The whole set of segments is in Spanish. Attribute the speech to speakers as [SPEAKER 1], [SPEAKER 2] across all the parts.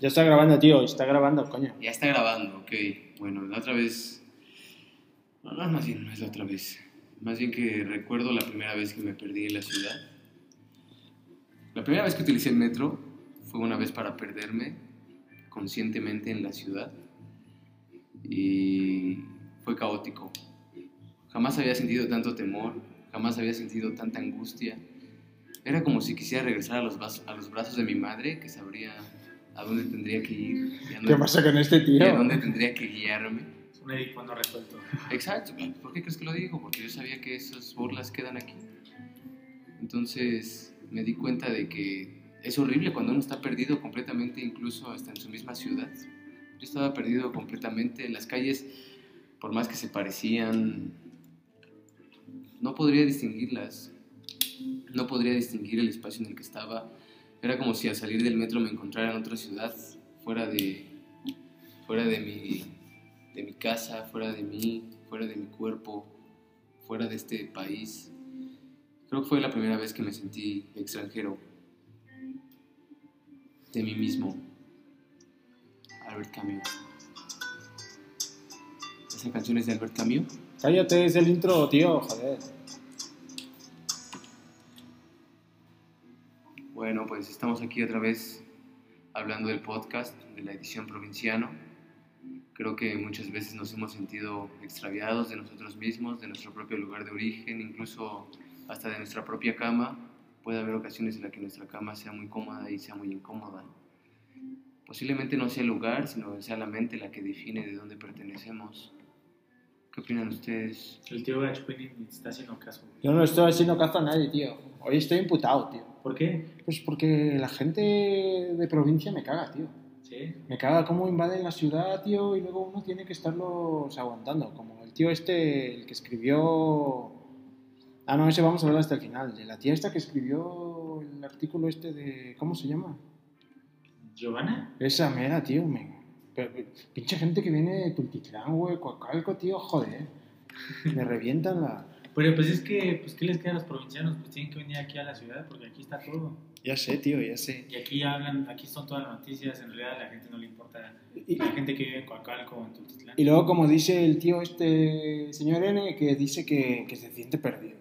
[SPEAKER 1] Ya está grabando, tío. Está grabando, coño.
[SPEAKER 2] Ya está grabando, ok. Bueno, la otra vez. No, no, más bien, no es la otra vez. Más bien que recuerdo la primera vez que me perdí en la ciudad. La primera vez que utilicé el metro fue una vez para perderme conscientemente en la ciudad. Y fue caótico. Jamás había sentido tanto temor, jamás había sentido tanta angustia. Era como si quisiera regresar a los, bas- a los brazos de mi madre, que sabría a dónde tendría que ir. y a
[SPEAKER 1] ¿Qué
[SPEAKER 2] dónde-
[SPEAKER 1] pasa con este
[SPEAKER 2] y a
[SPEAKER 1] tío?
[SPEAKER 2] dónde tendría que guiarme.
[SPEAKER 3] Es un Eric cuando resuelto.
[SPEAKER 2] Exacto. ¿Por qué crees que lo digo? Porque yo sabía que esas burlas quedan aquí. Entonces me di cuenta de que es horrible cuando uno está perdido completamente, incluso hasta en su misma ciudad. Yo estaba perdido completamente. Las calles, por más que se parecían, no podría distinguirlas. No podría distinguir el espacio en el que estaba. Era como si al salir del metro me encontrara en otra ciudad, fuera de, fuera de mi de mi casa, fuera de mí, fuera de mi cuerpo, fuera de este país. Creo que fue la primera vez que me sentí extranjero de mí mismo. Albert Camus. Esa canción es de Albert Camus.
[SPEAKER 1] Cállate, es el intro, tío. Joder.
[SPEAKER 2] Bueno, pues estamos aquí otra vez hablando del podcast, de la edición provinciano. Creo que muchas veces nos hemos sentido extraviados de nosotros mismos, de nuestro propio lugar de origen, incluso hasta de nuestra propia cama. Puede haber ocasiones en las que nuestra cama sea muy cómoda y sea muy incómoda. Posiblemente no sea el lugar, sino sea la mente la que define de dónde pertenecemos. ¿Qué opinan ustedes?
[SPEAKER 3] El tío Gach Queen está haciendo caso.
[SPEAKER 1] Yo no estoy haciendo caso a nadie, tío. Hoy estoy imputado, tío.
[SPEAKER 3] ¿Por qué?
[SPEAKER 1] Pues porque la gente de provincia me caga, tío.
[SPEAKER 3] Sí.
[SPEAKER 1] Me caga cómo invaden la ciudad, tío, y luego uno tiene que estarlos aguantando. Como el tío este, el que escribió... Ah, no, ese vamos a hablar hasta el final. De la tía esta que escribió el artículo este de... ¿Cómo se llama?
[SPEAKER 3] ¿Giovanna?
[SPEAKER 1] Esa mera, tío, me... pero- pero- pinche gente que viene de Tultitlán, güey, Coacalco, tío, joder. Me revientan la...
[SPEAKER 3] Pero pues es que, pues ¿qué les queda a los provincianos? Pues tienen que venir aquí a la ciudad porque aquí está todo.
[SPEAKER 1] Ya sé, tío, ya sé.
[SPEAKER 3] Y aquí hablan, aquí son todas las noticias. En realidad a la gente no le importa.
[SPEAKER 1] Y,
[SPEAKER 3] La gente que vive en Coacalco o en Tultitlán.
[SPEAKER 1] y luego, como dice el tío este señor N, que dice que, que se siente perdido.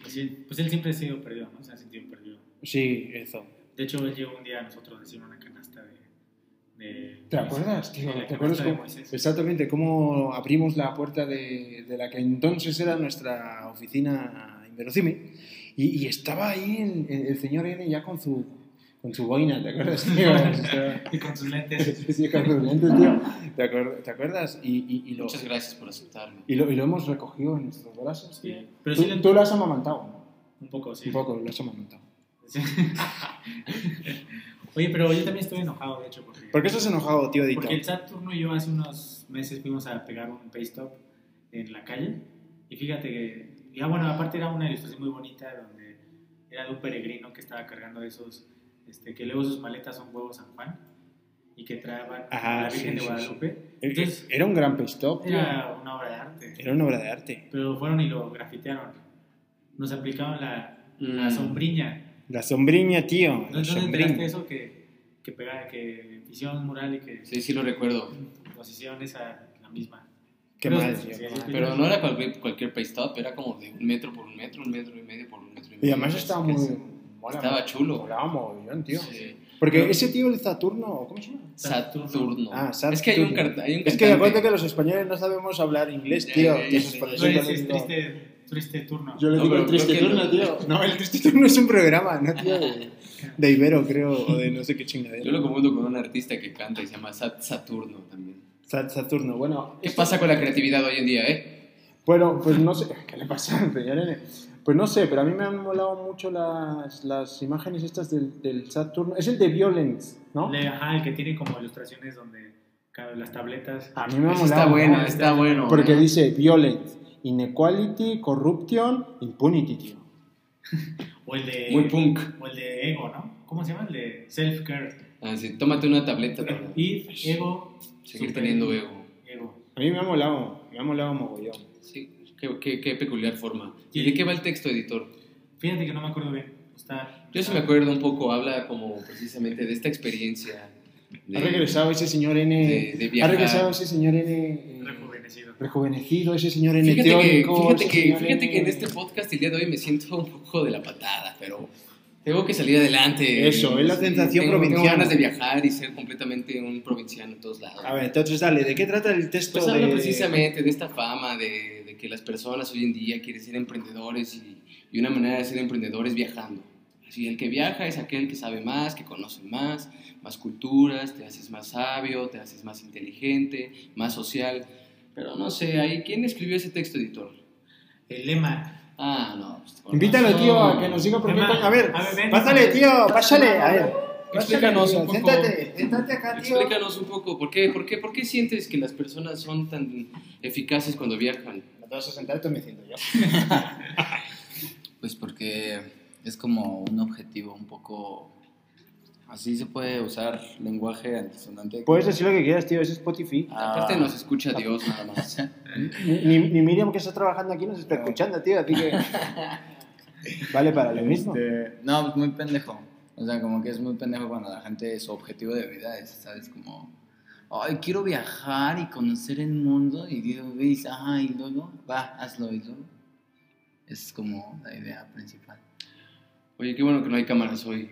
[SPEAKER 3] Pues, sí, pues él siempre ha sido perdido, ¿no? Se ha sentido perdido.
[SPEAKER 1] Sí, eso.
[SPEAKER 3] De hecho, él llegó un día a nosotros a decir una canasta de... de
[SPEAKER 1] ¿Te acuerdas, tío?
[SPEAKER 3] de la
[SPEAKER 1] ¿Te acuerdas
[SPEAKER 3] canasta de
[SPEAKER 1] cómo-
[SPEAKER 3] Moisés.
[SPEAKER 1] exactamente cómo abrimos la puerta de, de la que entonces era nuestra oficina inverosímil? Y, y estaba ahí el, el- el señor N ya con su, con su boina, ¿te acuerdas, tío? Estaba-
[SPEAKER 3] Y con sus lentes.
[SPEAKER 1] Sí, con sus lentes, tío. ¿Te, acuer- te acuerdas? Y, y- y lo,
[SPEAKER 2] Muchas gracias por aceptarme.
[SPEAKER 1] y lo- y lo hemos recogido en nuestros brazos. tío.
[SPEAKER 3] Sí. Pero
[SPEAKER 1] tú,
[SPEAKER 3] sí, le-
[SPEAKER 1] tú lo has amamantado, ¿no?
[SPEAKER 3] un poco, sí.
[SPEAKER 1] Un poco, lo has amamantado.
[SPEAKER 3] Sí. Oye, pero yo también estoy enojado, de hecho, porque,
[SPEAKER 1] ¿Por qué estás enojado, tío Dito?
[SPEAKER 3] porque el Saturno y yo hace unos meses fuimos a pegar un paste stop en la calle. Y fíjate que, ya bueno, aparte era una ilustración muy bonita donde era de un peregrino que estaba cargando de esos, este, que luego sus maletas son huevos San Juan y que traían
[SPEAKER 1] Ajá,
[SPEAKER 3] a la Virgen
[SPEAKER 1] sí,
[SPEAKER 3] de
[SPEAKER 1] sí,
[SPEAKER 3] Guadalupe. Entonces-
[SPEAKER 1] Era un gran pistop, tío.
[SPEAKER 3] Era una obra de arte,
[SPEAKER 1] Era una obra de arte.
[SPEAKER 3] pero fueron y lo grafitearon. Nos aplicaron la, la
[SPEAKER 2] Mm.
[SPEAKER 3] sombrilla.
[SPEAKER 1] La sombriña, tío.
[SPEAKER 3] ¿No
[SPEAKER 1] La
[SPEAKER 3] ¿Dónde
[SPEAKER 1] sombriña.
[SPEAKER 3] enteraste eso que, que, pega- que hicieron un mural y que
[SPEAKER 2] Sí, sí lo recuerdo.
[SPEAKER 3] nos hicieron esa, la misma?
[SPEAKER 1] Qué
[SPEAKER 3] Pero-
[SPEAKER 1] mal, tío.
[SPEAKER 3] sí,
[SPEAKER 1] qué
[SPEAKER 3] sí,
[SPEAKER 1] mal.
[SPEAKER 3] sí.
[SPEAKER 2] Pero no era cualquier, cualquier pay stop, era como de un metro por un metro, un metro y medio por un metro y medio.
[SPEAKER 1] Y además
[SPEAKER 2] Así
[SPEAKER 1] estaba
[SPEAKER 2] que
[SPEAKER 1] muy.
[SPEAKER 2] sí.
[SPEAKER 1] mola,
[SPEAKER 2] estaba
[SPEAKER 1] mola,
[SPEAKER 2] chulo.
[SPEAKER 1] Molaba mogollón, tío.
[SPEAKER 2] Sí.
[SPEAKER 1] Porque
[SPEAKER 2] Pero-
[SPEAKER 1] ese tío, el Saturno, ¿cómo se llama?
[SPEAKER 2] Saturno.
[SPEAKER 1] Ah,
[SPEAKER 2] Es que hay un,
[SPEAKER 1] Saturno.
[SPEAKER 2] cart- hay un
[SPEAKER 1] Es que acuérdate
[SPEAKER 2] cantante.
[SPEAKER 1] que los españoles no sabemos hablar inglés,
[SPEAKER 2] Ya,
[SPEAKER 1] tío.
[SPEAKER 2] ya, ya,
[SPEAKER 1] Entonces,
[SPEAKER 2] ya,
[SPEAKER 1] por
[SPEAKER 2] ya.
[SPEAKER 1] eso
[SPEAKER 3] Tú
[SPEAKER 1] yo
[SPEAKER 3] eres
[SPEAKER 1] le
[SPEAKER 3] ese
[SPEAKER 1] digo-
[SPEAKER 3] triste, triste turno.
[SPEAKER 1] Yo le
[SPEAKER 2] No,
[SPEAKER 1] digo
[SPEAKER 2] pero
[SPEAKER 1] el triste
[SPEAKER 2] creo que
[SPEAKER 1] turno,
[SPEAKER 2] no.
[SPEAKER 1] tío. No, el triste turno es un programa, ¿no, tío? De, de Ibero, creo, o de no sé qué
[SPEAKER 2] Yo
[SPEAKER 1] chingadera.
[SPEAKER 2] lo confundo con un artista que canta y se llama Sat- Saturno también.
[SPEAKER 1] Sa- Saturno, bueno.
[SPEAKER 2] ¿Qué pasa con la creatividad hoy en día, eh?
[SPEAKER 1] Bueno, pues no sé. ¿Qué le pasa al señor N? Pues no sé, pero a mí me han molado mucho las, las imágenes estas del, del Saturno. Es el de Violence, ¿no?
[SPEAKER 3] Le- ajá, el que tiene como ilustraciones donde caben las tabletas.
[SPEAKER 1] A mí me ha
[SPEAKER 2] Eso
[SPEAKER 1] molado.
[SPEAKER 2] está bueno,
[SPEAKER 1] ¿no?
[SPEAKER 2] está bueno.
[SPEAKER 1] Porque
[SPEAKER 2] ¿no?
[SPEAKER 1] dice violence, inequality, corruption, impunity, tío.
[SPEAKER 3] O el de.
[SPEAKER 2] Muy punk.
[SPEAKER 3] o el de ego, ¿no? ¿Cómo se llama? El de self-care.
[SPEAKER 2] Así, Ah, tómate una tableta para
[SPEAKER 3] Y ego.
[SPEAKER 2] seguir
[SPEAKER 3] super-
[SPEAKER 2] teniendo ego.
[SPEAKER 3] ego.
[SPEAKER 1] A mí me ha molado, me ha molado mogollón.
[SPEAKER 2] Sí, qué, qué- qué peculiar forma. ¿Y de qué va el texto, editor?
[SPEAKER 3] Fíjate que no me acuerdo bien. Está,
[SPEAKER 1] Ah.
[SPEAKER 2] Yo sí me acuerdo un poco, habla como precisamente de esta experiencia
[SPEAKER 1] Ha regresado ese señor N.
[SPEAKER 2] de- de viajar.
[SPEAKER 1] Ha regresado ese señor N. eh,
[SPEAKER 4] Rejuvenecido.
[SPEAKER 1] rejuvenecido, ese señor N.
[SPEAKER 2] Fíjate que,
[SPEAKER 1] teórico,
[SPEAKER 2] fíjate,
[SPEAKER 1] ese
[SPEAKER 2] que,
[SPEAKER 1] señor
[SPEAKER 2] fíjate
[SPEAKER 1] N-
[SPEAKER 2] que en este podcast el día de hoy me siento un poco de la patada, pero tengo que salir adelante.
[SPEAKER 1] Eso, es la
[SPEAKER 2] Sí,
[SPEAKER 1] tentación
[SPEAKER 2] tengo-
[SPEAKER 1] provinciana.
[SPEAKER 2] Tengo ganas de viajar y ser completamente un provinciano en todos lados.
[SPEAKER 1] A ver, entonces dale, ¿de qué trata el texto?
[SPEAKER 2] Pues habla
[SPEAKER 1] de-
[SPEAKER 2] precisamente de esta fama de, de que las personas hoy en día quieren ser emprendedores y, y una manera de ser emprendedores viajando. Así, el que viaja es aquel que sabe más, que conoce más, más culturas, te haces más sabio, te haces más inteligente, más social. Pero no sé, ahí, ¿quién escribió ese texto, editor?
[SPEAKER 4] El lema.
[SPEAKER 2] Ah, no. pues, con
[SPEAKER 1] Invítalo,
[SPEAKER 2] razón.
[SPEAKER 1] tío, a que nos diga por qué.
[SPEAKER 4] Además,
[SPEAKER 1] A ver,
[SPEAKER 4] a ver, ven.
[SPEAKER 1] pásale, tío, pásale. A ver,
[SPEAKER 2] Explícanos
[SPEAKER 1] pásale,
[SPEAKER 2] un poco.
[SPEAKER 1] Siéntate, siéntate acá, tío.
[SPEAKER 2] Explícanos un poco, ¿por qué, por, qué, ¿por qué sientes que las personas son tan eficaces cuando viajan?
[SPEAKER 1] No te vas a sentar, esto me siento yo.
[SPEAKER 5] Pues porque es como un objetivo un poco... Así se puede usar lenguaje antisonante.
[SPEAKER 1] Puedes decir lo que quieras, tío, Pues es Spotify.
[SPEAKER 5] Ah.
[SPEAKER 2] Aparte nos escucha Dios nada más.
[SPEAKER 1] Ni, ni- ni Miriam, que está trabajando aquí, nos está escuchando, tío, así que. Vale para lo mismo.
[SPEAKER 5] Este, no, pues muy pendejo. O sea, como que es muy pendejo cuando la gente, su objetivo de vida es, ¿sabes? Como, ay, quiero viajar y conocer el mundo. Y digo, veis, ajá, y luego, va, hazlo, y luego. Es como la idea principal.
[SPEAKER 2] Oye, qué bueno que no hay cámaras hoy.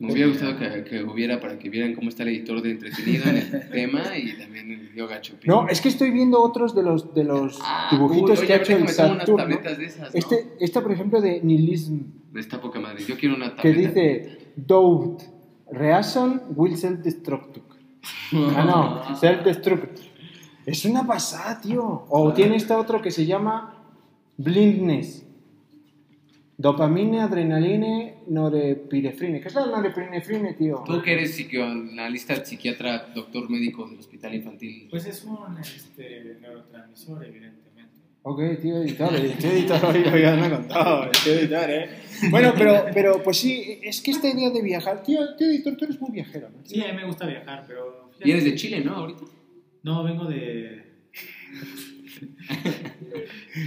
[SPEAKER 2] Me hubiera gustado que, que hubiera para que vieran cómo está el editor de entretenido en el tema y también el yoga chupín.
[SPEAKER 1] No, es que estoy viendo otros de los, de los
[SPEAKER 2] Ah,
[SPEAKER 1] dibujitos que ha hecho el Saturno.
[SPEAKER 2] unas tabletas de esas, ¿no?
[SPEAKER 1] Este, esta, por ejemplo, de Nihilism.
[SPEAKER 2] Está poca madre. Yo quiero una
[SPEAKER 1] que
[SPEAKER 2] tableta.
[SPEAKER 1] dice Doubt, Reason will self-destruct. Ah, no, self-destruct. Es una pasada, tío. O tiene este otro que se llama Blindness. Dopamina, adrenalina, norepinefrina. ¿Qué es la norepinefrina, tío?
[SPEAKER 2] Tú que eres psicoanalista, psiquiatra, doctor médico del hospital infantil.
[SPEAKER 4] Pues es un este, neurotransmisor, evidentemente.
[SPEAKER 1] Ok, tío editor, tío editor, hoy hoy ya me he contado, tío editor, eh. Bueno, pero, pero pues sí, es que esta idea de viajar, tío, tío editor, tú eres muy viajero, ¿no?
[SPEAKER 4] Sí, a mí me gusta viajar, pero... fíjate-
[SPEAKER 2] Vienes de Chile, ¿no? Ahorita.
[SPEAKER 4] No, vengo de...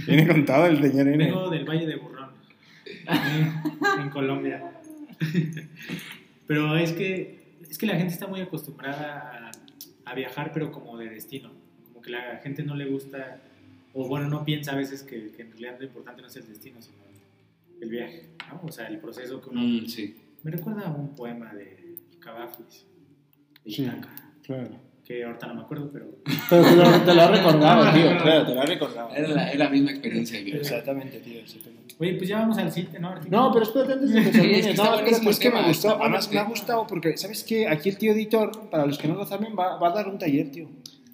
[SPEAKER 1] Viene contado el señor N.
[SPEAKER 4] Vengo del Valle de Burrón, en, en Colombia. Pero es que, es que la gente está muy acostumbrada a, a viajar, pero como de destino. Como que la gente no le gusta, o bueno, no piensa a veces que, que en realidad lo importante no es el destino, sino el viaje, ¿no? O sea, el proceso que uno...
[SPEAKER 2] Mm, sí.
[SPEAKER 4] Me recuerda a un poema de Cavafis, de
[SPEAKER 1] Sí.
[SPEAKER 4] Itaca,
[SPEAKER 1] Claro.
[SPEAKER 4] que ahorita no me acuerdo, pero...
[SPEAKER 1] Pero te lo, te lo has recordado, tío, claro, te lo has recordado.
[SPEAKER 2] Era la, era la misma experiencia de viajar.
[SPEAKER 1] Exactamente, tío. exactamente.
[SPEAKER 4] Oye, pues ya vamos al siguiente, ¿no? Artículo.
[SPEAKER 1] No, pero espérate antes de que
[SPEAKER 2] Sí,
[SPEAKER 1] termine.
[SPEAKER 2] es que está
[SPEAKER 1] no,
[SPEAKER 2] buenísimo
[SPEAKER 1] espérate, es que
[SPEAKER 2] el tema,
[SPEAKER 1] me
[SPEAKER 2] está
[SPEAKER 1] gustó.
[SPEAKER 2] bueno
[SPEAKER 1] Además,
[SPEAKER 2] el
[SPEAKER 1] me ha
[SPEAKER 2] tema.
[SPEAKER 1] gustado porque, ¿sabes qué? Aquí el tío editor, para los que no lo saben, va, va a dar un taller, tío.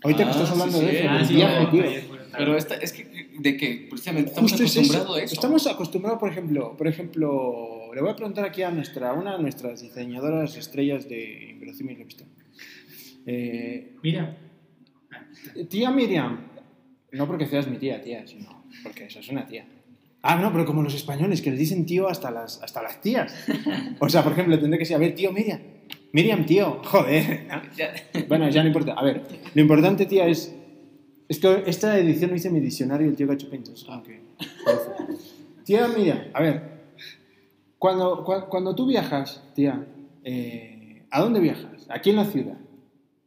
[SPEAKER 1] Ahorita que
[SPEAKER 2] Ah,
[SPEAKER 1] estás hablando
[SPEAKER 2] sí,
[SPEAKER 1] de
[SPEAKER 2] sí.
[SPEAKER 1] eso,
[SPEAKER 4] Ah,
[SPEAKER 1] del
[SPEAKER 4] sí,
[SPEAKER 1] viaje,
[SPEAKER 4] bueno,
[SPEAKER 1] tío.
[SPEAKER 4] ayer fue tarde.
[SPEAKER 2] Pero esta, es que, de que precisamente estamos
[SPEAKER 1] Justo es
[SPEAKER 2] acostumbrados
[SPEAKER 1] eso.
[SPEAKER 2] a eso.
[SPEAKER 1] Estamos acostumbrados, por ejemplo, por ejemplo, le voy a preguntar aquí a nuestra, una de nuestras diseñadoras estrellas de Inverosímil Lobster. Eh,
[SPEAKER 4] Mira,
[SPEAKER 1] Tía Miriam. No porque seas mi tía, tía, sino porque eso es una tía. Ah, no, pero como los españoles que les dicen tío hasta las, hasta las tías. O sea, por ejemplo, tendré que decir, a ver, tío Miriam. Miriam, tío, joder. ¿no?
[SPEAKER 2] Ya-
[SPEAKER 1] Bueno, ya no importa. A ver, lo importante, tía, es. Es que esta edición lo hice en mi diccionario, el tío Cacho Pintos. Tía, mira, a ver. Cuando, cua- cuando tú viajas, tía, eh, ¿a dónde viajas? ¿Aquí en la ciudad?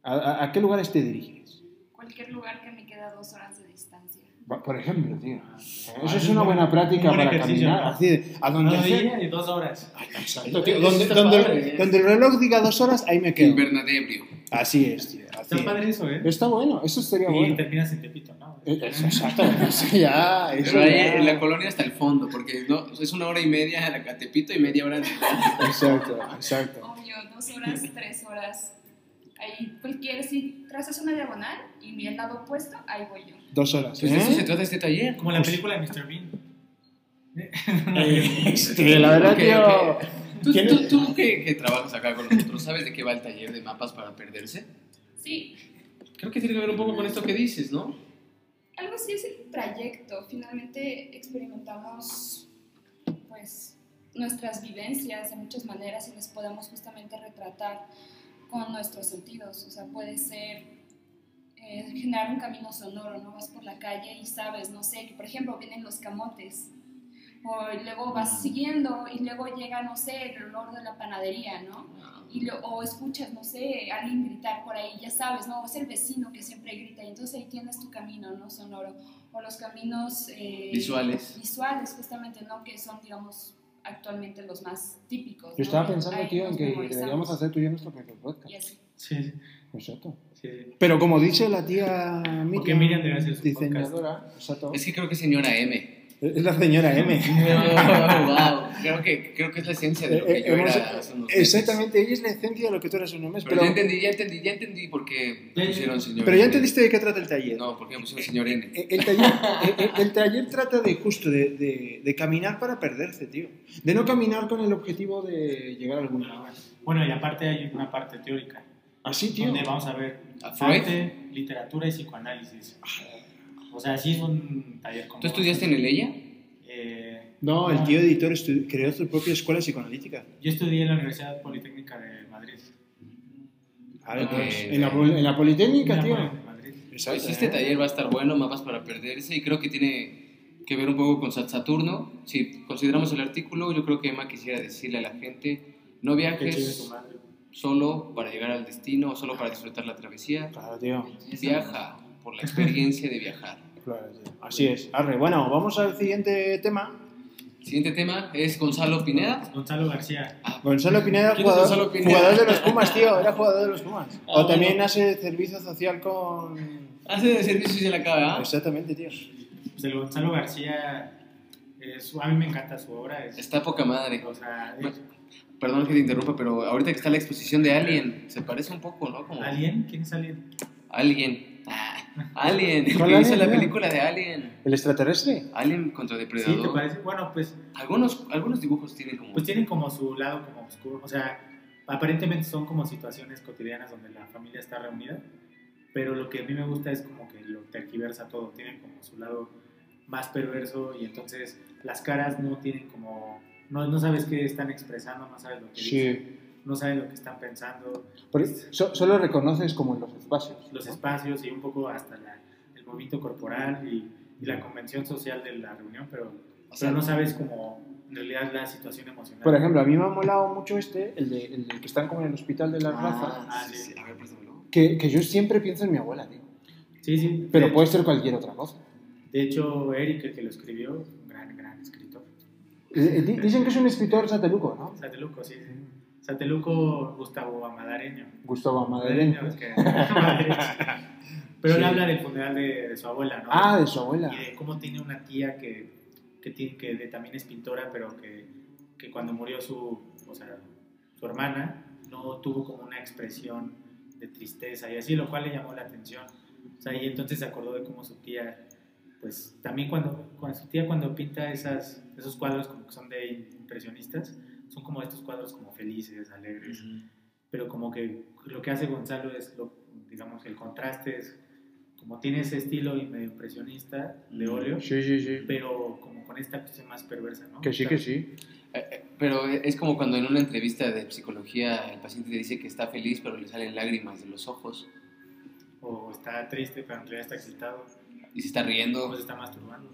[SPEAKER 1] ¿A, a- a qué lugares te diriges?
[SPEAKER 6] Cualquier lugar que me queda dos horas de distancia.
[SPEAKER 1] Va- Por ejemplo, tío. Eso
[SPEAKER 4] Ah,
[SPEAKER 1] es una buena práctica
[SPEAKER 4] un buen
[SPEAKER 1] para
[SPEAKER 4] ejercicio,
[SPEAKER 1] caminar.
[SPEAKER 4] ¿no?
[SPEAKER 1] Así de, a
[SPEAKER 3] Ah,
[SPEAKER 1] donde,
[SPEAKER 4] no
[SPEAKER 1] sea-
[SPEAKER 4] diría ni dos horas.
[SPEAKER 1] Exacto, tío,
[SPEAKER 2] Eso
[SPEAKER 1] donde,
[SPEAKER 2] está
[SPEAKER 1] donde-
[SPEAKER 2] padre, ¿eh?
[SPEAKER 1] donde el reloj diga dos horas, ahí me quedo.
[SPEAKER 2] Invernadebrio.
[SPEAKER 1] Así es, tío. así
[SPEAKER 4] Está
[SPEAKER 1] es.
[SPEAKER 4] padre eso, ¿eh?
[SPEAKER 1] Está bueno, eso sería
[SPEAKER 4] y
[SPEAKER 1] bueno.
[SPEAKER 4] terminas en Tepito, ¿no?
[SPEAKER 1] Eh, Eso, exacto, eso ya. Eso
[SPEAKER 2] Pero ahí
[SPEAKER 1] ya.
[SPEAKER 2] en la colonia hasta el fondo, porque no, es una hora y media en Acatepito y media hora en
[SPEAKER 1] Exacto, exacto.
[SPEAKER 6] Obvio, dos horas, tres horas. Ahí cualquier, si trazas una diagonal y mi al lado opuesto, ahí voy yo.
[SPEAKER 1] Dos horas.
[SPEAKER 2] Pues de eso
[SPEAKER 1] ¿eh?
[SPEAKER 2] se trata este taller.
[SPEAKER 4] Como
[SPEAKER 1] pues-
[SPEAKER 4] la película de Mr. Bean.
[SPEAKER 1] Este, Eh, la verdad,
[SPEAKER 2] Ok,
[SPEAKER 1] tío.
[SPEAKER 2] ok. Tú,
[SPEAKER 1] ¿Quién
[SPEAKER 2] tú- tú que, que trabajas acá con nosotros, ¿sabes de qué va el taller de mapas para perderse?
[SPEAKER 6] Sí,
[SPEAKER 2] Creo que tiene que ver un poco con esto que dices, ¿no?
[SPEAKER 6] algo así es el trayecto. Finalmente experimentamos, pues, nuestras vivencias de muchas maneras y las podemos justamente retratar con nuestros sentidos. O sea, puede ser eh, generar un camino sonoro, ¿no? Vas por la calle y sabes, no sé, que por ejemplo vienen los camotes. O y luego vas siguiendo y luego llega, no sé, el olor de la panadería, ¿no? y lo, o escuchas, no sé, alguien gritar por ahí, ya sabes, ¿no? O es el vecino que siempre grita, y entonces ahí tienes tu camino, ¿no? Sonoro. O los caminos... eh,
[SPEAKER 2] Visuales.
[SPEAKER 6] Visuales, justamente, ¿no? Que son, digamos, actualmente los más típicos.
[SPEAKER 1] Yo
[SPEAKER 6] ¿no?
[SPEAKER 1] estaba
[SPEAKER 6] Que
[SPEAKER 1] pensando,
[SPEAKER 6] ahí
[SPEAKER 1] tío, en
[SPEAKER 6] nos
[SPEAKER 1] que
[SPEAKER 6] memorizamos.
[SPEAKER 1] deberíamos hacer tú y yo nuestro propio
[SPEAKER 6] Y
[SPEAKER 1] podcast.
[SPEAKER 6] así.
[SPEAKER 4] Sí, sí,
[SPEAKER 1] Exacto.
[SPEAKER 4] sí.
[SPEAKER 1] Pero como dice la tía Miriam,
[SPEAKER 4] Porque Miriam debe hacer su
[SPEAKER 1] diseñadora, exacto,
[SPEAKER 2] Es que creo que es señora M.
[SPEAKER 1] es la señora M.
[SPEAKER 2] wow. Creo que, creo que es la esencia de lo que
[SPEAKER 1] Eh,
[SPEAKER 2] yo
[SPEAKER 1] hemos-
[SPEAKER 2] era hace unos meses.
[SPEAKER 1] Exactamente, ella es la esencia de lo que tú eres un mes.
[SPEAKER 2] Pero,
[SPEAKER 1] Pero,
[SPEAKER 2] ya entendí, ya entendí, ya entendí por qué
[SPEAKER 4] Ya, ya.
[SPEAKER 2] pusieron señor
[SPEAKER 1] pero ya
[SPEAKER 2] M.
[SPEAKER 1] entendiste de qué trata el taller.
[SPEAKER 2] No, porque pusieron señor N.
[SPEAKER 1] Eh, El taller, eh, eh, el taller trata de justo de, de- de caminar para perderse, tío. De no caminar con el objetivo de llegar a algún lado.
[SPEAKER 4] Bueno, y aparte hay una parte teórica,
[SPEAKER 1] Así, tío.
[SPEAKER 4] donde vamos a ver
[SPEAKER 2] ¿A Freud?
[SPEAKER 1] Ah,
[SPEAKER 4] arte, literatura y psicoanálisis. O sea, sí es un taller como...
[SPEAKER 2] ¿Tú estudiaste en el E ELLA?
[SPEAKER 4] Eh,
[SPEAKER 1] No, el tío editor estu- creó su propia escuela psicoanalítica.
[SPEAKER 4] Yo estudié en la Universidad Politécnica de Madrid.
[SPEAKER 1] A ver,
[SPEAKER 2] Ok.
[SPEAKER 1] pues, en, la, pol- en la Politécnica,
[SPEAKER 4] En la
[SPEAKER 1] tío.
[SPEAKER 4] Poli de Madrid.
[SPEAKER 1] Exacto,
[SPEAKER 2] Pues este
[SPEAKER 1] ¿eh?
[SPEAKER 2] taller va a estar bueno, mapas para perderse, y creo que tiene que ver un poco con Sat- Saturno. Si consideramos el artículo, yo creo que Emma quisiera decirle a la gente, no
[SPEAKER 4] Qué chido es tu
[SPEAKER 2] viajes
[SPEAKER 4] madre.
[SPEAKER 2] solo para llegar al destino o solo para disfrutar la travesía,
[SPEAKER 1] Claro, tío.
[SPEAKER 2] viaja por la experiencia de viajar.
[SPEAKER 1] Claro, tío. Así es. Arre, bueno, vamos al siguiente tema.
[SPEAKER 2] El siguiente tema es Gonzalo Pineda.
[SPEAKER 4] Gonzalo García.
[SPEAKER 1] Gonzalo Pineda, Oh.
[SPEAKER 2] ¿Quién es
[SPEAKER 1] jugador,
[SPEAKER 2] Gonzalo Pineda?
[SPEAKER 1] jugador de los Pumas, tío. Era jugador de los Pumas.
[SPEAKER 2] Ah,
[SPEAKER 1] o también
[SPEAKER 2] bueno.
[SPEAKER 1] hace servicio social con...
[SPEAKER 2] Hace de servicio y se la caga. ¿ah?
[SPEAKER 1] Exactamente, tío.
[SPEAKER 4] Pues el Gonzalo García, eh, su- a mí me encanta su obra. es-
[SPEAKER 2] Está poca madre.
[SPEAKER 4] o sea,
[SPEAKER 2] Ma-
[SPEAKER 4] es-
[SPEAKER 2] Perdón que te interrumpa, pero ahorita que está la exposición de Alien, se parece un poco, ¿no? Como
[SPEAKER 4] ¿Alien? ¿Quién es Alien?
[SPEAKER 2] Alien. Ah, Alien, el que
[SPEAKER 1] ¿Cuál
[SPEAKER 2] hizo
[SPEAKER 1] Alien,
[SPEAKER 2] la
[SPEAKER 1] tío?
[SPEAKER 2] película de Alien.
[SPEAKER 1] ¿El extraterrestre?
[SPEAKER 2] Alien contra
[SPEAKER 4] Sí, ¿te
[SPEAKER 2] Depredador.
[SPEAKER 4] parece? Bueno, pues,
[SPEAKER 2] algunos, algunos dibujos tienen como.
[SPEAKER 4] pues tienen como su lado como oscuro. O sea, aparentemente son como situaciones cotidianas donde la familia está reunida. Pero lo que a mí me gusta es como que lo terquiversa todo. Tienen como su lado más perverso y entonces las caras no tienen como... No, no sabes qué están expresando, no sabes lo que dicen, no sabes lo que están pensando.
[SPEAKER 1] Pero so- solo reconoces como en los espacios.
[SPEAKER 4] los
[SPEAKER 1] ¿no?
[SPEAKER 4] espacios y un poco hasta la- el movimiento corporal y, y la convención social de la reunión, pero,
[SPEAKER 2] O sea,
[SPEAKER 4] pero no sabes como en realidad la situación emocional.
[SPEAKER 1] Por ejemplo, a mí me ha molado mucho este, el, de, el del que están como en el hospital de la raza,
[SPEAKER 2] Ah,
[SPEAKER 4] Ah,
[SPEAKER 2] sí,
[SPEAKER 4] sí.
[SPEAKER 2] sí. A ver, préstamelo.
[SPEAKER 1] que, que yo siempre pienso en mi abuela, tío.
[SPEAKER 4] Sí, sí.
[SPEAKER 1] Pero
[SPEAKER 4] de,
[SPEAKER 1] puede ser cualquier otra cosa.
[SPEAKER 4] de hecho, Eric, el que lo escribió, un gran, gran escritor.
[SPEAKER 1] Eh, eh, di- Dicen que es un escritor sateluco, ¿no?
[SPEAKER 4] Sateluco, sí, sí. Sateluco Gustavo Amadareño.
[SPEAKER 1] Gustavo Madeleine.
[SPEAKER 4] Es que- pero
[SPEAKER 1] Sí.
[SPEAKER 4] él habla del funeral de, de su abuela, ¿no?
[SPEAKER 1] Ah, de su abuela.
[SPEAKER 4] y de cómo tiene una tía que, que, tiene, que de- también es pintora, pero que, que cuando murió su, o sea, su hermana no tuvo como una expresión de tristeza y así, lo cual le llamó la atención. O sea, y entonces se acordó de cómo su tía, pues también cuando, cuando su tía cuando pinta esas, esos cuadros como que son de impresionistas, son como estos cuadros como felices, alegres, pero como que lo que hace Gonzalo es, lo, digamos, el contraste es, como tiene ese estilo y medio impresionista de óleo,
[SPEAKER 1] Sí, sí, sí.
[SPEAKER 4] pero como con esta cuestión más perversa, ¿no?
[SPEAKER 1] Que sí, que sí.
[SPEAKER 2] Eh, eh, Pero es como cuando en una entrevista de psicología el paciente te dice que está feliz, pero le salen lágrimas de los ojos
[SPEAKER 4] O está triste, pero en realidad está excitado,
[SPEAKER 2] y se está
[SPEAKER 4] o
[SPEAKER 2] riendo.
[SPEAKER 4] se está masturbando.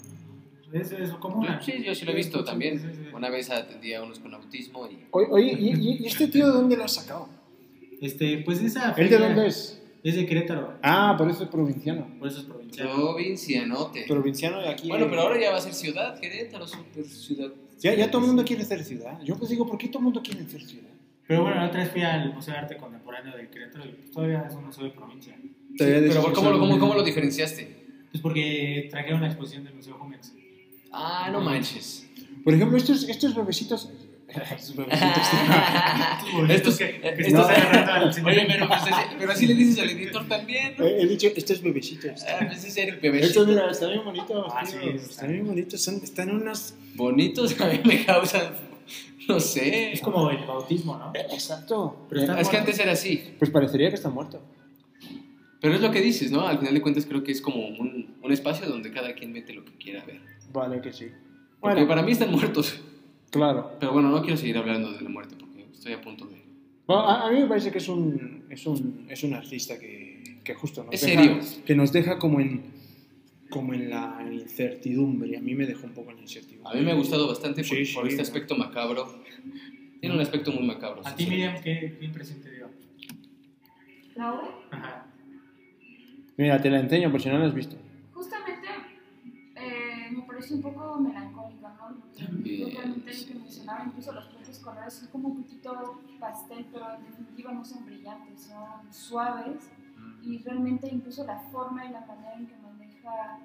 [SPEAKER 4] Es, es como una...
[SPEAKER 2] Sí, yo sí lo he visto
[SPEAKER 4] Pues, ah, Sí, sí,
[SPEAKER 2] también.
[SPEAKER 4] sí, sí.
[SPEAKER 2] Una vez atendí a unos con autismo y
[SPEAKER 1] O- Oye, ¿y, y- y este tío de dónde lo ha sacado?
[SPEAKER 4] Este, pues
[SPEAKER 1] ¿Él
[SPEAKER 4] esa...
[SPEAKER 1] de
[SPEAKER 4] feria
[SPEAKER 1] dónde es?
[SPEAKER 4] Es de Querétaro,
[SPEAKER 1] Ah, por eso es provinciano.
[SPEAKER 4] por eso es provincial.
[SPEAKER 2] provincianote.
[SPEAKER 1] Provinciano de aquí.
[SPEAKER 2] Bueno,
[SPEAKER 1] de-
[SPEAKER 2] pero ahora ya va a ser ciudad, Querétaro, super ciudad.
[SPEAKER 1] Ya, ya todo el mundo quiere ser ciudad. Yo pues digo, ¿por qué todo el mundo quiere ser ciudad?
[SPEAKER 4] Pero bueno, la otra vez fui al Museo de Arte Contemporáneo de Querétaro y pues todavía es un museo de provincia.
[SPEAKER 2] Pero ¿por- ¿cómo, lo- cómo, cómo lo diferenciaste?
[SPEAKER 4] Pues porque trajeron la exposición del Museo Jumex.
[SPEAKER 2] Ah, no manches.
[SPEAKER 1] Por ejemplo, estos, estos bebecitos... estos bebecitos...
[SPEAKER 2] Estos-
[SPEAKER 4] Estos que, que
[SPEAKER 2] estos-
[SPEAKER 4] estás agarrando al señor.
[SPEAKER 2] Oye, pero, pues, así- pero así le dices al editor también, ¿no?
[SPEAKER 1] He he dicho, estos bebecitos.
[SPEAKER 2] Ah, pues es el bebé.
[SPEAKER 1] Estos, mira, están bien bonitos.
[SPEAKER 4] Ah,
[SPEAKER 1] tío.
[SPEAKER 4] sí, está.
[SPEAKER 1] están bien bonitos. son- están unos.
[SPEAKER 2] Bonitos a mí me causan, no sé.
[SPEAKER 4] Es como el bautismo, ¿no?
[SPEAKER 1] Exacto.
[SPEAKER 4] Pero está-
[SPEAKER 2] Es que antes era así.
[SPEAKER 1] Pues parecería que está muerto.
[SPEAKER 2] Pero es lo que dices, ¿no? Al final de cuentas creo que es como un, un espacio donde cada quien mete lo que quiera ver.
[SPEAKER 1] Vale, que sí.
[SPEAKER 2] Porque
[SPEAKER 1] Bueno,
[SPEAKER 2] para mí están muertos.
[SPEAKER 1] claro.
[SPEAKER 2] Pero bueno, no quiero seguir hablando de la muerte porque estoy a punto de...
[SPEAKER 1] Bueno, a, a mí me parece que es un, es un, es un artista que, que justo nos
[SPEAKER 2] Es
[SPEAKER 1] deja,
[SPEAKER 2] serio.
[SPEAKER 1] que nos deja como en, como en la incertidumbre. A mí me dejó un poco en la
[SPEAKER 2] A
[SPEAKER 1] incertidumbre.
[SPEAKER 2] mí me ha gustado bastante por,
[SPEAKER 1] Sí, sí,
[SPEAKER 2] por este
[SPEAKER 1] ¿no?
[SPEAKER 2] aspecto macabro Tiene un aspecto muy macabro.
[SPEAKER 4] A
[SPEAKER 2] sí,
[SPEAKER 4] ti,
[SPEAKER 2] sí.
[SPEAKER 4] Miriam, ¿qué, qué impresión te dio?
[SPEAKER 6] La obra,
[SPEAKER 4] Ajá.
[SPEAKER 1] Mira, te la enseño por si no la has visto.
[SPEAKER 6] justamente, eh, me pareció un poco melancólica, ¿no? Lo que-
[SPEAKER 2] También,
[SPEAKER 6] Totalmente
[SPEAKER 2] Eh, sí.
[SPEAKER 6] lo que mencionaba, incluso los puntos colores son como un poquito pastel, pero en definitiva no son brillantes, son suaves y realmente incluso la forma y la manera en que maneja,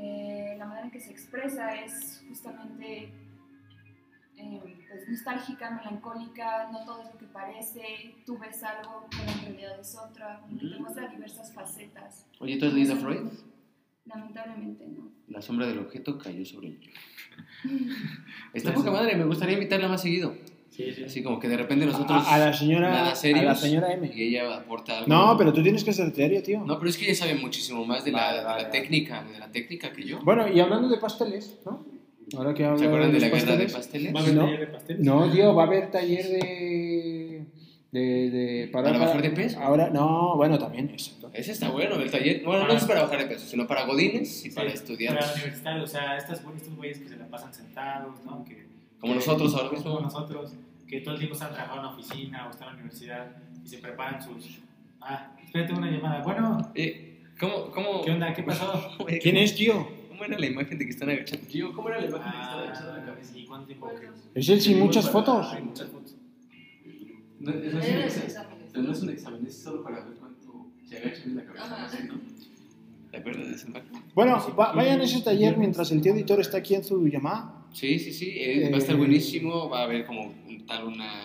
[SPEAKER 6] eh, la manera en que se expresa es justamente eh, pues, nostálgica, melancólica, no todo es lo que parece, tú ves algo, pero en realidad es otra, como que te muestra diversas facetas,
[SPEAKER 2] Oye, ¿tú has leído a Freud?
[SPEAKER 6] lamentablemente, ¿no?
[SPEAKER 2] La sombra del objeto cayó sobre mí. Está poca madre, me gustaría invitarla más seguido.
[SPEAKER 4] Sí, sí.
[SPEAKER 2] Así como que de repente nosotros.
[SPEAKER 1] A, a la señora,
[SPEAKER 2] nada
[SPEAKER 1] a
[SPEAKER 2] serios,
[SPEAKER 1] la señora M.
[SPEAKER 2] Y ella aporta algo.
[SPEAKER 1] No, pero tú tienes que ser serio, tío.
[SPEAKER 2] No, pero es que ella sabe muchísimo más de la,
[SPEAKER 5] Vale,
[SPEAKER 2] de la
[SPEAKER 5] vale, vale.
[SPEAKER 2] técnica, de la técnica que yo.
[SPEAKER 1] Bueno, y hablando de pasteles, ¿no? Ahora que
[SPEAKER 2] ¿Se
[SPEAKER 1] hablo
[SPEAKER 2] acuerdan de
[SPEAKER 1] los
[SPEAKER 2] la guerra de
[SPEAKER 1] pasteles.
[SPEAKER 2] pasteles?
[SPEAKER 4] ¿Va a haber
[SPEAKER 1] No.
[SPEAKER 4] taller de pasteles?
[SPEAKER 1] No, tío, va a haber taller de. de, de
[SPEAKER 2] ¿Para bajar de peso?
[SPEAKER 1] Ahora, no, bueno, también, exacto.
[SPEAKER 2] Ese está bueno, el taller. Bueno, no es para bajar de peso, sino para godines y
[SPEAKER 4] Sí,
[SPEAKER 2] para
[SPEAKER 4] Para
[SPEAKER 2] estudiantes.
[SPEAKER 4] universitarios, o sea, estas, güey- estos güeyes que se la pasan sentados, ¿no? Que,
[SPEAKER 2] Como
[SPEAKER 4] que-
[SPEAKER 2] nosotros ahora mismo.
[SPEAKER 4] Como nosotros, que todo el tiempo están trabajando en la oficina o están en la universidad y se preparan sus... Ah, espérate una llamada. Bueno,
[SPEAKER 2] Eh, ¿Cómo, cómo,
[SPEAKER 4] ¿qué onda? ¿Qué pasó?
[SPEAKER 2] Oye,
[SPEAKER 1] ¿Quién
[SPEAKER 2] ¿cómo-
[SPEAKER 1] es, tío?
[SPEAKER 2] ¿Cómo era la imagen de que están agachando? Gio, ¿cómo era la imagen de que están
[SPEAKER 4] Ah,
[SPEAKER 2] agachando la cabeza?
[SPEAKER 4] ¿Y cuánto tiempo?
[SPEAKER 1] Es él sin muchas fotos.
[SPEAKER 4] Ay, muchas fotos.
[SPEAKER 2] No, eso es un
[SPEAKER 7] Eran los
[SPEAKER 2] examen.
[SPEAKER 7] exámenes.
[SPEAKER 2] No es un examen, es solo para ver cuánto se agacha bien la cabeza.
[SPEAKER 7] Ajá.
[SPEAKER 2] no sé, ¿no? ¿Te acuerdas de esa imagen?
[SPEAKER 1] Bueno, va- vayan a ese taller mientras el tío editor está aquí en su llamada.
[SPEAKER 2] Sí, sí, sí. eh, Va a estar
[SPEAKER 1] Eh,
[SPEAKER 2] buenísimo. Va a haber como un- tal una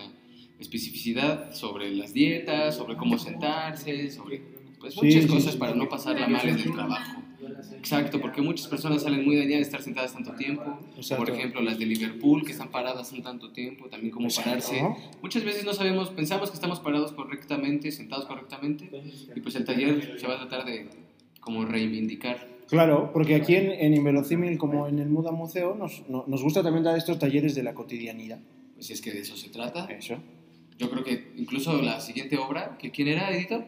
[SPEAKER 2] especificidad sobre las dietas, sobre cómo sentarse, sobre pues,
[SPEAKER 1] Sí,
[SPEAKER 2] muchas
[SPEAKER 1] sí,
[SPEAKER 2] cosas
[SPEAKER 1] sí.
[SPEAKER 2] para no pasarla mal en el trabajo. Exacto, porque muchas personas salen muy dañadas de estar sentadas tanto tiempo.
[SPEAKER 1] Exacto.
[SPEAKER 2] Por ejemplo, las de Liverpool que están paradas un tanto tiempo, también cómo pararse.
[SPEAKER 1] Ajá.
[SPEAKER 2] Muchas veces no sabemos, pensamos que estamos parados correctamente, sentados correctamente, y pues el taller se va a tratar de como reivindicar.
[SPEAKER 1] Claro, porque aquí en, en Inverosímil, como en el Muda Museo, nos, no- nos gusta también dar estos talleres de la cotidianidad.
[SPEAKER 2] Pues es que de eso se trata.
[SPEAKER 1] Eso.
[SPEAKER 2] Yo creo que incluso la siguiente obra, que ¿quién era, editor?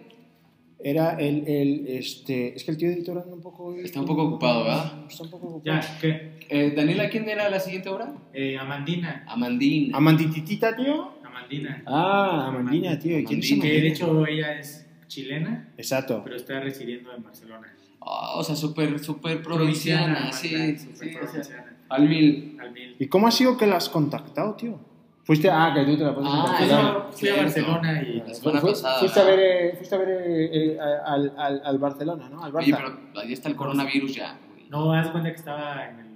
[SPEAKER 1] Era el, el, este... Es que el tío editor anda un poco...
[SPEAKER 2] Está un poco ocupado, ¿verdad?
[SPEAKER 1] Está un poco ocupado.
[SPEAKER 4] Ya, ¿qué?
[SPEAKER 2] Eh, Daniela, ¿quién era la siguiente obra?
[SPEAKER 4] Eh, Amandina.
[SPEAKER 2] Amandín.
[SPEAKER 1] ¿Amandititita, tío?
[SPEAKER 4] Amandina.
[SPEAKER 1] Ah, Amandina, tío. ¿Y quién es
[SPEAKER 2] Amandina.
[SPEAKER 4] Que de
[SPEAKER 1] Amandina?
[SPEAKER 4] hecho ella es chilena,
[SPEAKER 1] Exacto.
[SPEAKER 4] pero está residiendo en Barcelona.
[SPEAKER 2] Ah, o sea, súper, súper provinciana,
[SPEAKER 4] más
[SPEAKER 2] sí,
[SPEAKER 4] bien,
[SPEAKER 2] sí,
[SPEAKER 4] súper
[SPEAKER 2] o sea,
[SPEAKER 4] provinciana.
[SPEAKER 2] al mil.
[SPEAKER 4] Al mil.
[SPEAKER 1] ¿Y cómo ha sido que la has contactado, tío? Fuiste... Ah, que tú te la puedes
[SPEAKER 2] Ah,
[SPEAKER 4] Pues
[SPEAKER 1] contactar.
[SPEAKER 2] claro.
[SPEAKER 4] yo fui a
[SPEAKER 2] cierto.
[SPEAKER 4] Barcelona y
[SPEAKER 2] La semana
[SPEAKER 1] Fu-
[SPEAKER 2] pasada,
[SPEAKER 1] Fuiste a
[SPEAKER 2] ¿verdad?
[SPEAKER 1] ver, eh, fuiste a ver eh, eh, al, al, al Barcelona, ¿no? Al Barça.
[SPEAKER 2] Oye, pero ahí está el coronavirus ya. güey.
[SPEAKER 4] no haz cuenta que estaba en el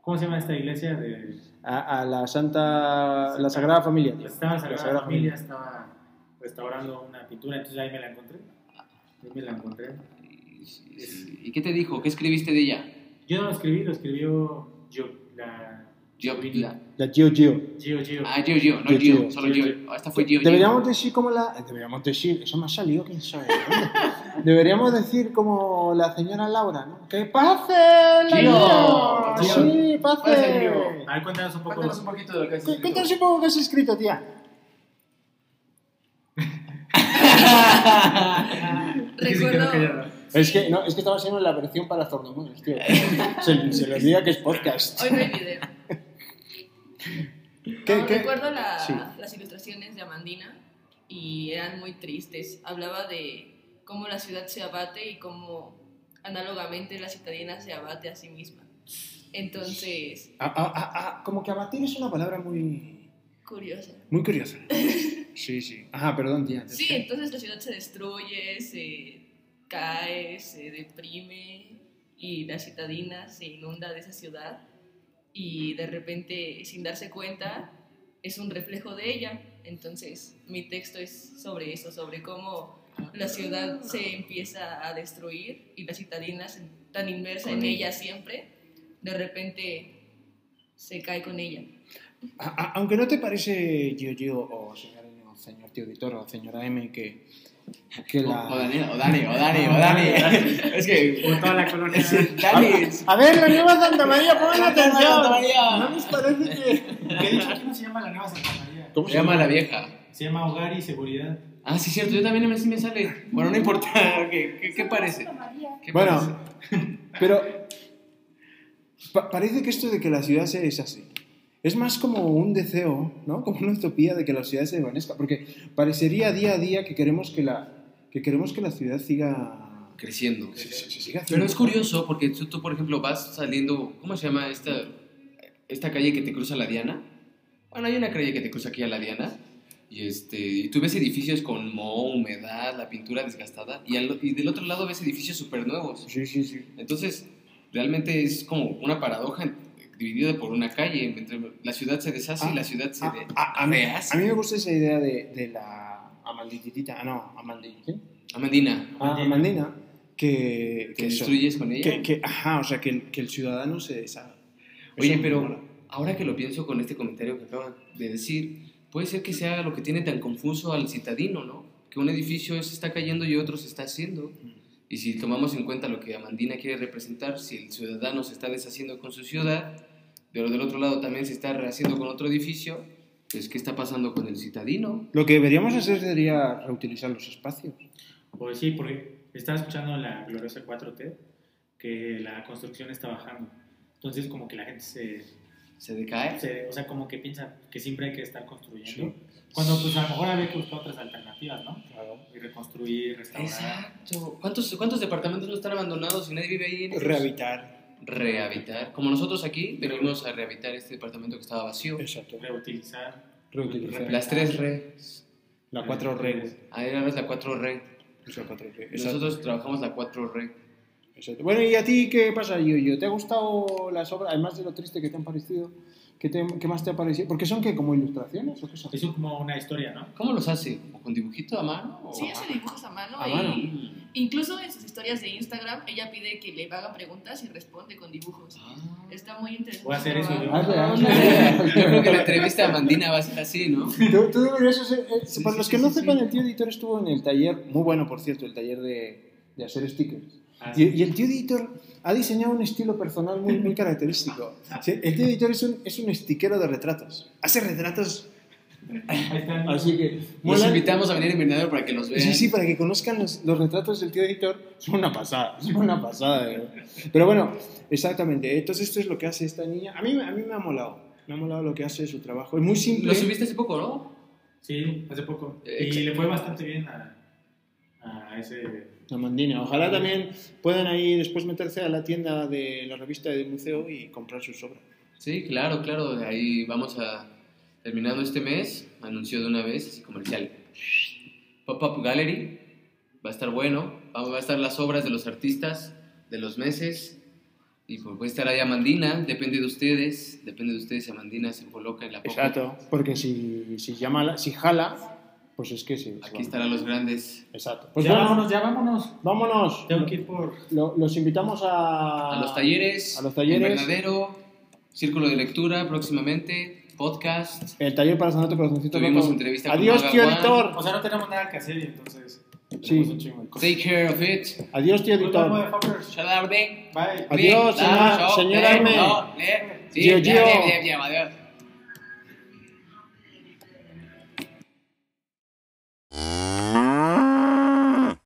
[SPEAKER 4] ¿cómo se llama esta iglesia? de
[SPEAKER 1] a, a la Santa... La Sagrada Familia. tío.
[SPEAKER 4] estaba en
[SPEAKER 1] La
[SPEAKER 4] Sagrada
[SPEAKER 1] Sagrada
[SPEAKER 4] Familia, estaba restaurando una pintura, entonces ahí me la encontré. Ahí me la encontré.
[SPEAKER 2] Y- y- ¿Y qué te dijo? ¿Qué escribiste de ella?
[SPEAKER 4] Yo no lo escribí, lo escribió yo, la
[SPEAKER 2] Yo, la-
[SPEAKER 1] La Gio Gio.
[SPEAKER 4] Gio Gio.
[SPEAKER 2] Ah, yo, yo, no
[SPEAKER 1] Yo,
[SPEAKER 2] yo,
[SPEAKER 1] yo.
[SPEAKER 2] solo yo.
[SPEAKER 4] Yo,
[SPEAKER 2] Ah, Esta fue yo.
[SPEAKER 1] Deberíamos decir como la. Deberíamos decir, eso me ha salido, quién sabe. de dónde. Deberíamos decir como la señora Laura, ¿no? ¡Que pase! la
[SPEAKER 2] Gio,
[SPEAKER 1] Gio!
[SPEAKER 2] Gio.
[SPEAKER 1] ¡Sí,
[SPEAKER 2] Pase,
[SPEAKER 1] pase!
[SPEAKER 2] Gio.
[SPEAKER 4] A ver, cuéntanos un poco.
[SPEAKER 2] Cuéntanos un poquito de lo que has
[SPEAKER 1] Cu-
[SPEAKER 2] escrito.
[SPEAKER 1] Cuéntanos un poco qué has escrito, tía.
[SPEAKER 4] Sí, se quedó
[SPEAKER 7] Recuerdo,
[SPEAKER 4] callada.
[SPEAKER 1] Es que, no, es que estaba haciendo la versión para sordomudos, tío. Se, se le olvida que es podcast.
[SPEAKER 7] hoy no hay video.
[SPEAKER 1] ¿Qué,
[SPEAKER 7] No,
[SPEAKER 1] qué?
[SPEAKER 7] Recuerdo la-
[SPEAKER 1] Sí.
[SPEAKER 7] las ilustraciones de Amandina y eran muy tristes. Hablaba de cómo la ciudad se abate y cómo análogamente la citadina se abate a sí misma. Entonces,
[SPEAKER 1] Ah, ah, ah, ah, como que abatir es una palabra muy.
[SPEAKER 7] curioso.
[SPEAKER 1] muy curiosa. Sí, sí. Ajá, perdón, tía.
[SPEAKER 7] Sí, entonces la ciudad se destruye, se cae, se deprime y la citadina se inunda de esa ciudad y de repente, sin darse cuenta, es un reflejo de ella. Entonces, mi texto es sobre eso, sobre cómo la ciudad se empieza a destruir y la citadina, se- tan inmersa
[SPEAKER 2] Con
[SPEAKER 7] en
[SPEAKER 2] ella.
[SPEAKER 7] ella siempre, de repente se cae con ella.
[SPEAKER 1] A- a- aunque no te parece, Gio Gio, o señor, o señor tío editor, o señora M, que. que
[SPEAKER 2] O,
[SPEAKER 1] la.
[SPEAKER 2] o Daniela, o Dani, o Dani, o Dani. es que.
[SPEAKER 4] Por toda la colonia.
[SPEAKER 2] es- Dani.
[SPEAKER 1] A ver, la nueva Santa María, pongan
[SPEAKER 2] Santa
[SPEAKER 1] atención.
[SPEAKER 2] María.
[SPEAKER 1] Ah, No les parece que.
[SPEAKER 4] Que de hecho aquí no se llama la nueva Santa María.
[SPEAKER 1] ¿Cómo
[SPEAKER 2] Se llama la vieja.
[SPEAKER 4] Se llama Hogar y Seguridad.
[SPEAKER 2] Ah, sí, cierto, yo también a mí sí me sale. Bueno, no importa. ok, ¿Qué, qué parece?
[SPEAKER 6] Santa María.
[SPEAKER 2] ¿Qué
[SPEAKER 1] Bueno,
[SPEAKER 2] parece?
[SPEAKER 1] pero. pa- parece que esto de que la ciudad se deshace Es más como un deseo, ¿no? Como una utopía de que la ciudad se desvanezca, porque parecería día a día que queremos que la, que queremos que la ciudad siga...
[SPEAKER 2] creciendo.
[SPEAKER 1] se- se- se siga
[SPEAKER 2] Pero es
[SPEAKER 1] haciendo.
[SPEAKER 2] curioso porque tú, tú, por ejemplo, vas saliendo, ¿cómo se llama esta, esta calle que te cruza la Diana? Bueno, hay una calle que te cruza aquí a la Diana y, este, y tú ves edificios con moho, humedad, la pintura desgastada y, al- y del otro lado ves edificios súper nuevos.
[SPEAKER 1] Sí, sí, sí.
[SPEAKER 2] Entonces, realmente es como una paradoja en- dividida por una calle. entre- la ciudad se deshace y
[SPEAKER 1] Ah,
[SPEAKER 2] la ciudad se...
[SPEAKER 1] A,
[SPEAKER 2] de-
[SPEAKER 1] a- a mí,
[SPEAKER 2] rehace.
[SPEAKER 1] a mí me gusta esa idea de, de la amaldititita, ah, no, amaldita, ¿qué?
[SPEAKER 2] Amandina,
[SPEAKER 1] Ah,
[SPEAKER 4] Amandina.
[SPEAKER 1] amandina, que...
[SPEAKER 2] ¿te
[SPEAKER 1] que eso,
[SPEAKER 2] destruyes con ella?
[SPEAKER 1] que- que- ajá, o sea, que el, que el ciudadano se deshaga.
[SPEAKER 2] Oye,
[SPEAKER 1] Eso me mola.
[SPEAKER 2] pero ahora que lo pienso con este comentario que acaba de decir, puede ser que sea lo que tiene tan confuso al citadino, ¿no? Que un edificio se está cayendo y otro se está haciendo. Y si tomamos en cuenta lo que Amandina quiere representar, si el ciudadano se está deshaciendo con su ciudad, pero del otro lado también se está rehaciendo con otro edificio, pues ¿qué está pasando con el citadino?
[SPEAKER 1] Lo que deberíamos hacer sería reutilizar los espacios.
[SPEAKER 4] Pues sí, porque estaba escuchando la gloriosa 4T que la construcción está bajando. Entonces, como que la gente se,
[SPEAKER 2] ¿Se decae?
[SPEAKER 4] se- O sea, como que piensa que siempre hay que estar construyendo.
[SPEAKER 1] Sí.
[SPEAKER 4] Cuando, pues a lo mejor habría que buscar otras alternativas, ¿no? Y reconstruir, restaurar.
[SPEAKER 2] Exacto. ¿Cuántos, ¿Cuántos departamentos no están abandonados y nadie vive ahí? en ellos?
[SPEAKER 1] Rehabitar.
[SPEAKER 2] Rehabitar. Como nosotros aquí, venimos a rehabilitar este departamento que estaba vacío.
[SPEAKER 1] Exacto.
[SPEAKER 4] Reutilizar.
[SPEAKER 1] Reutilizar.
[SPEAKER 2] Las tres re.
[SPEAKER 1] La 4 reglas.
[SPEAKER 2] Ahí era la 4 re.
[SPEAKER 1] Esa cuatro re.
[SPEAKER 2] Nosotros trabajamos la 4 re.
[SPEAKER 1] Exacto. Bueno, ¿y a ti qué pasa, Yoyo? ¿Te ha gustado las obras, además de lo triste que te han parecido? ¿Qué, te- qué más te ha parecido? Porque son que como ilustraciones o qué son?
[SPEAKER 4] Es como una historia, ¿no?
[SPEAKER 2] ¿Cómo los hace? ¿O con dibujito a mano? o
[SPEAKER 7] Sí,
[SPEAKER 2] a
[SPEAKER 7] hace
[SPEAKER 2] mano?
[SPEAKER 7] dibujos a mano.
[SPEAKER 1] A
[SPEAKER 7] y
[SPEAKER 1] mano.
[SPEAKER 7] Incluso en sus historias de Instagram, ella pide que le hagan preguntas y responde con dibujos.
[SPEAKER 2] Ah.
[SPEAKER 7] Está muy interesante.
[SPEAKER 4] Voy a hacer eso yo.
[SPEAKER 1] Ah, real.
[SPEAKER 2] Ándale. Yo creo que la entrevista a Mandina va a ser así, ¿no?
[SPEAKER 1] Tú, tú deberías hacer- eh,
[SPEAKER 2] Sí,
[SPEAKER 1] para
[SPEAKER 2] sí,
[SPEAKER 1] los
[SPEAKER 2] sí,
[SPEAKER 1] que no
[SPEAKER 2] sí,
[SPEAKER 1] sepan,
[SPEAKER 2] sí.
[SPEAKER 1] el tío editor estuvo en el taller, muy bueno por cierto, el taller de, de hacer stickers.
[SPEAKER 4] Ah,
[SPEAKER 1] Y, y el tío editor ha diseñado un estilo personal muy, muy característico. Sí, el tío editor es un, es un stickero de retratos. Hace retratos,
[SPEAKER 4] ahí están.
[SPEAKER 1] así que...
[SPEAKER 2] Los
[SPEAKER 1] molan.
[SPEAKER 2] invitamos a venir en Venadero para que los vean.
[SPEAKER 1] Sí, sí, para que conozcan los, los retratos del tío editor, son una pasada, son una pasada. de verdad. Pero bueno, exactamente. Entonces esto es lo que hace esta niña. A mí, a mí me ha molado, me ha molado lo que hace su trabajo. Es muy simple.
[SPEAKER 2] Lo subiste hace poco, ¿no?
[SPEAKER 4] Sí, hace poco.
[SPEAKER 2] Exacto.
[SPEAKER 4] Y le fue bastante bien a, a ese.
[SPEAKER 1] La mandina. Ojalá también puedan ahí después meterse a la tienda de la revista del museo y comprar sus obras.
[SPEAKER 2] Sí, claro, claro. Ahí vamos a. Terminando este mes, anunció de una vez, así comercial. Pop-up Gallery. Va a estar bueno. Va va a estar las obras de los artistas de los meses. Y pues va a estar ahí Amandina. Depende de ustedes. Depende de ustedes si Amandina se coloca en la pop-up.
[SPEAKER 1] Exacto. Porque si, si llama, la- si jala, pues es que sí.
[SPEAKER 2] Aquí estarán los grandes.
[SPEAKER 1] Exacto. Pues
[SPEAKER 4] ya
[SPEAKER 1] bueno,
[SPEAKER 4] vámonos, ya vámonos.
[SPEAKER 1] vámonos.
[SPEAKER 4] Tengo que ir por.
[SPEAKER 1] Lo- los invitamos a...
[SPEAKER 2] A los talleres.
[SPEAKER 1] Ah, a los talleres.
[SPEAKER 2] Invernadero. Círculo de lectura próximamente. Podcast.
[SPEAKER 1] El taller para Sanato Corazoncito
[SPEAKER 2] Tuvimos
[SPEAKER 1] Roto.
[SPEAKER 2] entrevista con
[SPEAKER 1] Adiós,
[SPEAKER 2] Maga
[SPEAKER 1] tío
[SPEAKER 2] Juan.
[SPEAKER 1] editor.
[SPEAKER 4] O sea, no tenemos nada que hacer y entonces.
[SPEAKER 1] Sí.
[SPEAKER 4] tenemos un chingo de cosas.
[SPEAKER 2] Take care of it.
[SPEAKER 1] Adiós, tío
[SPEAKER 4] Nos vemos,
[SPEAKER 1] editor.
[SPEAKER 4] motherfuckers.
[SPEAKER 2] Shall I be?
[SPEAKER 4] Bye.
[SPEAKER 1] Adiós,
[SPEAKER 2] Bien,
[SPEAKER 1] señora-
[SPEAKER 2] claro, yo,
[SPEAKER 1] señora
[SPEAKER 2] eh,
[SPEAKER 1] Hermes.
[SPEAKER 2] no, eh, sí,
[SPEAKER 1] Gio,
[SPEAKER 2] ya,
[SPEAKER 1] Gio.
[SPEAKER 2] bien, bien, bien, adiós.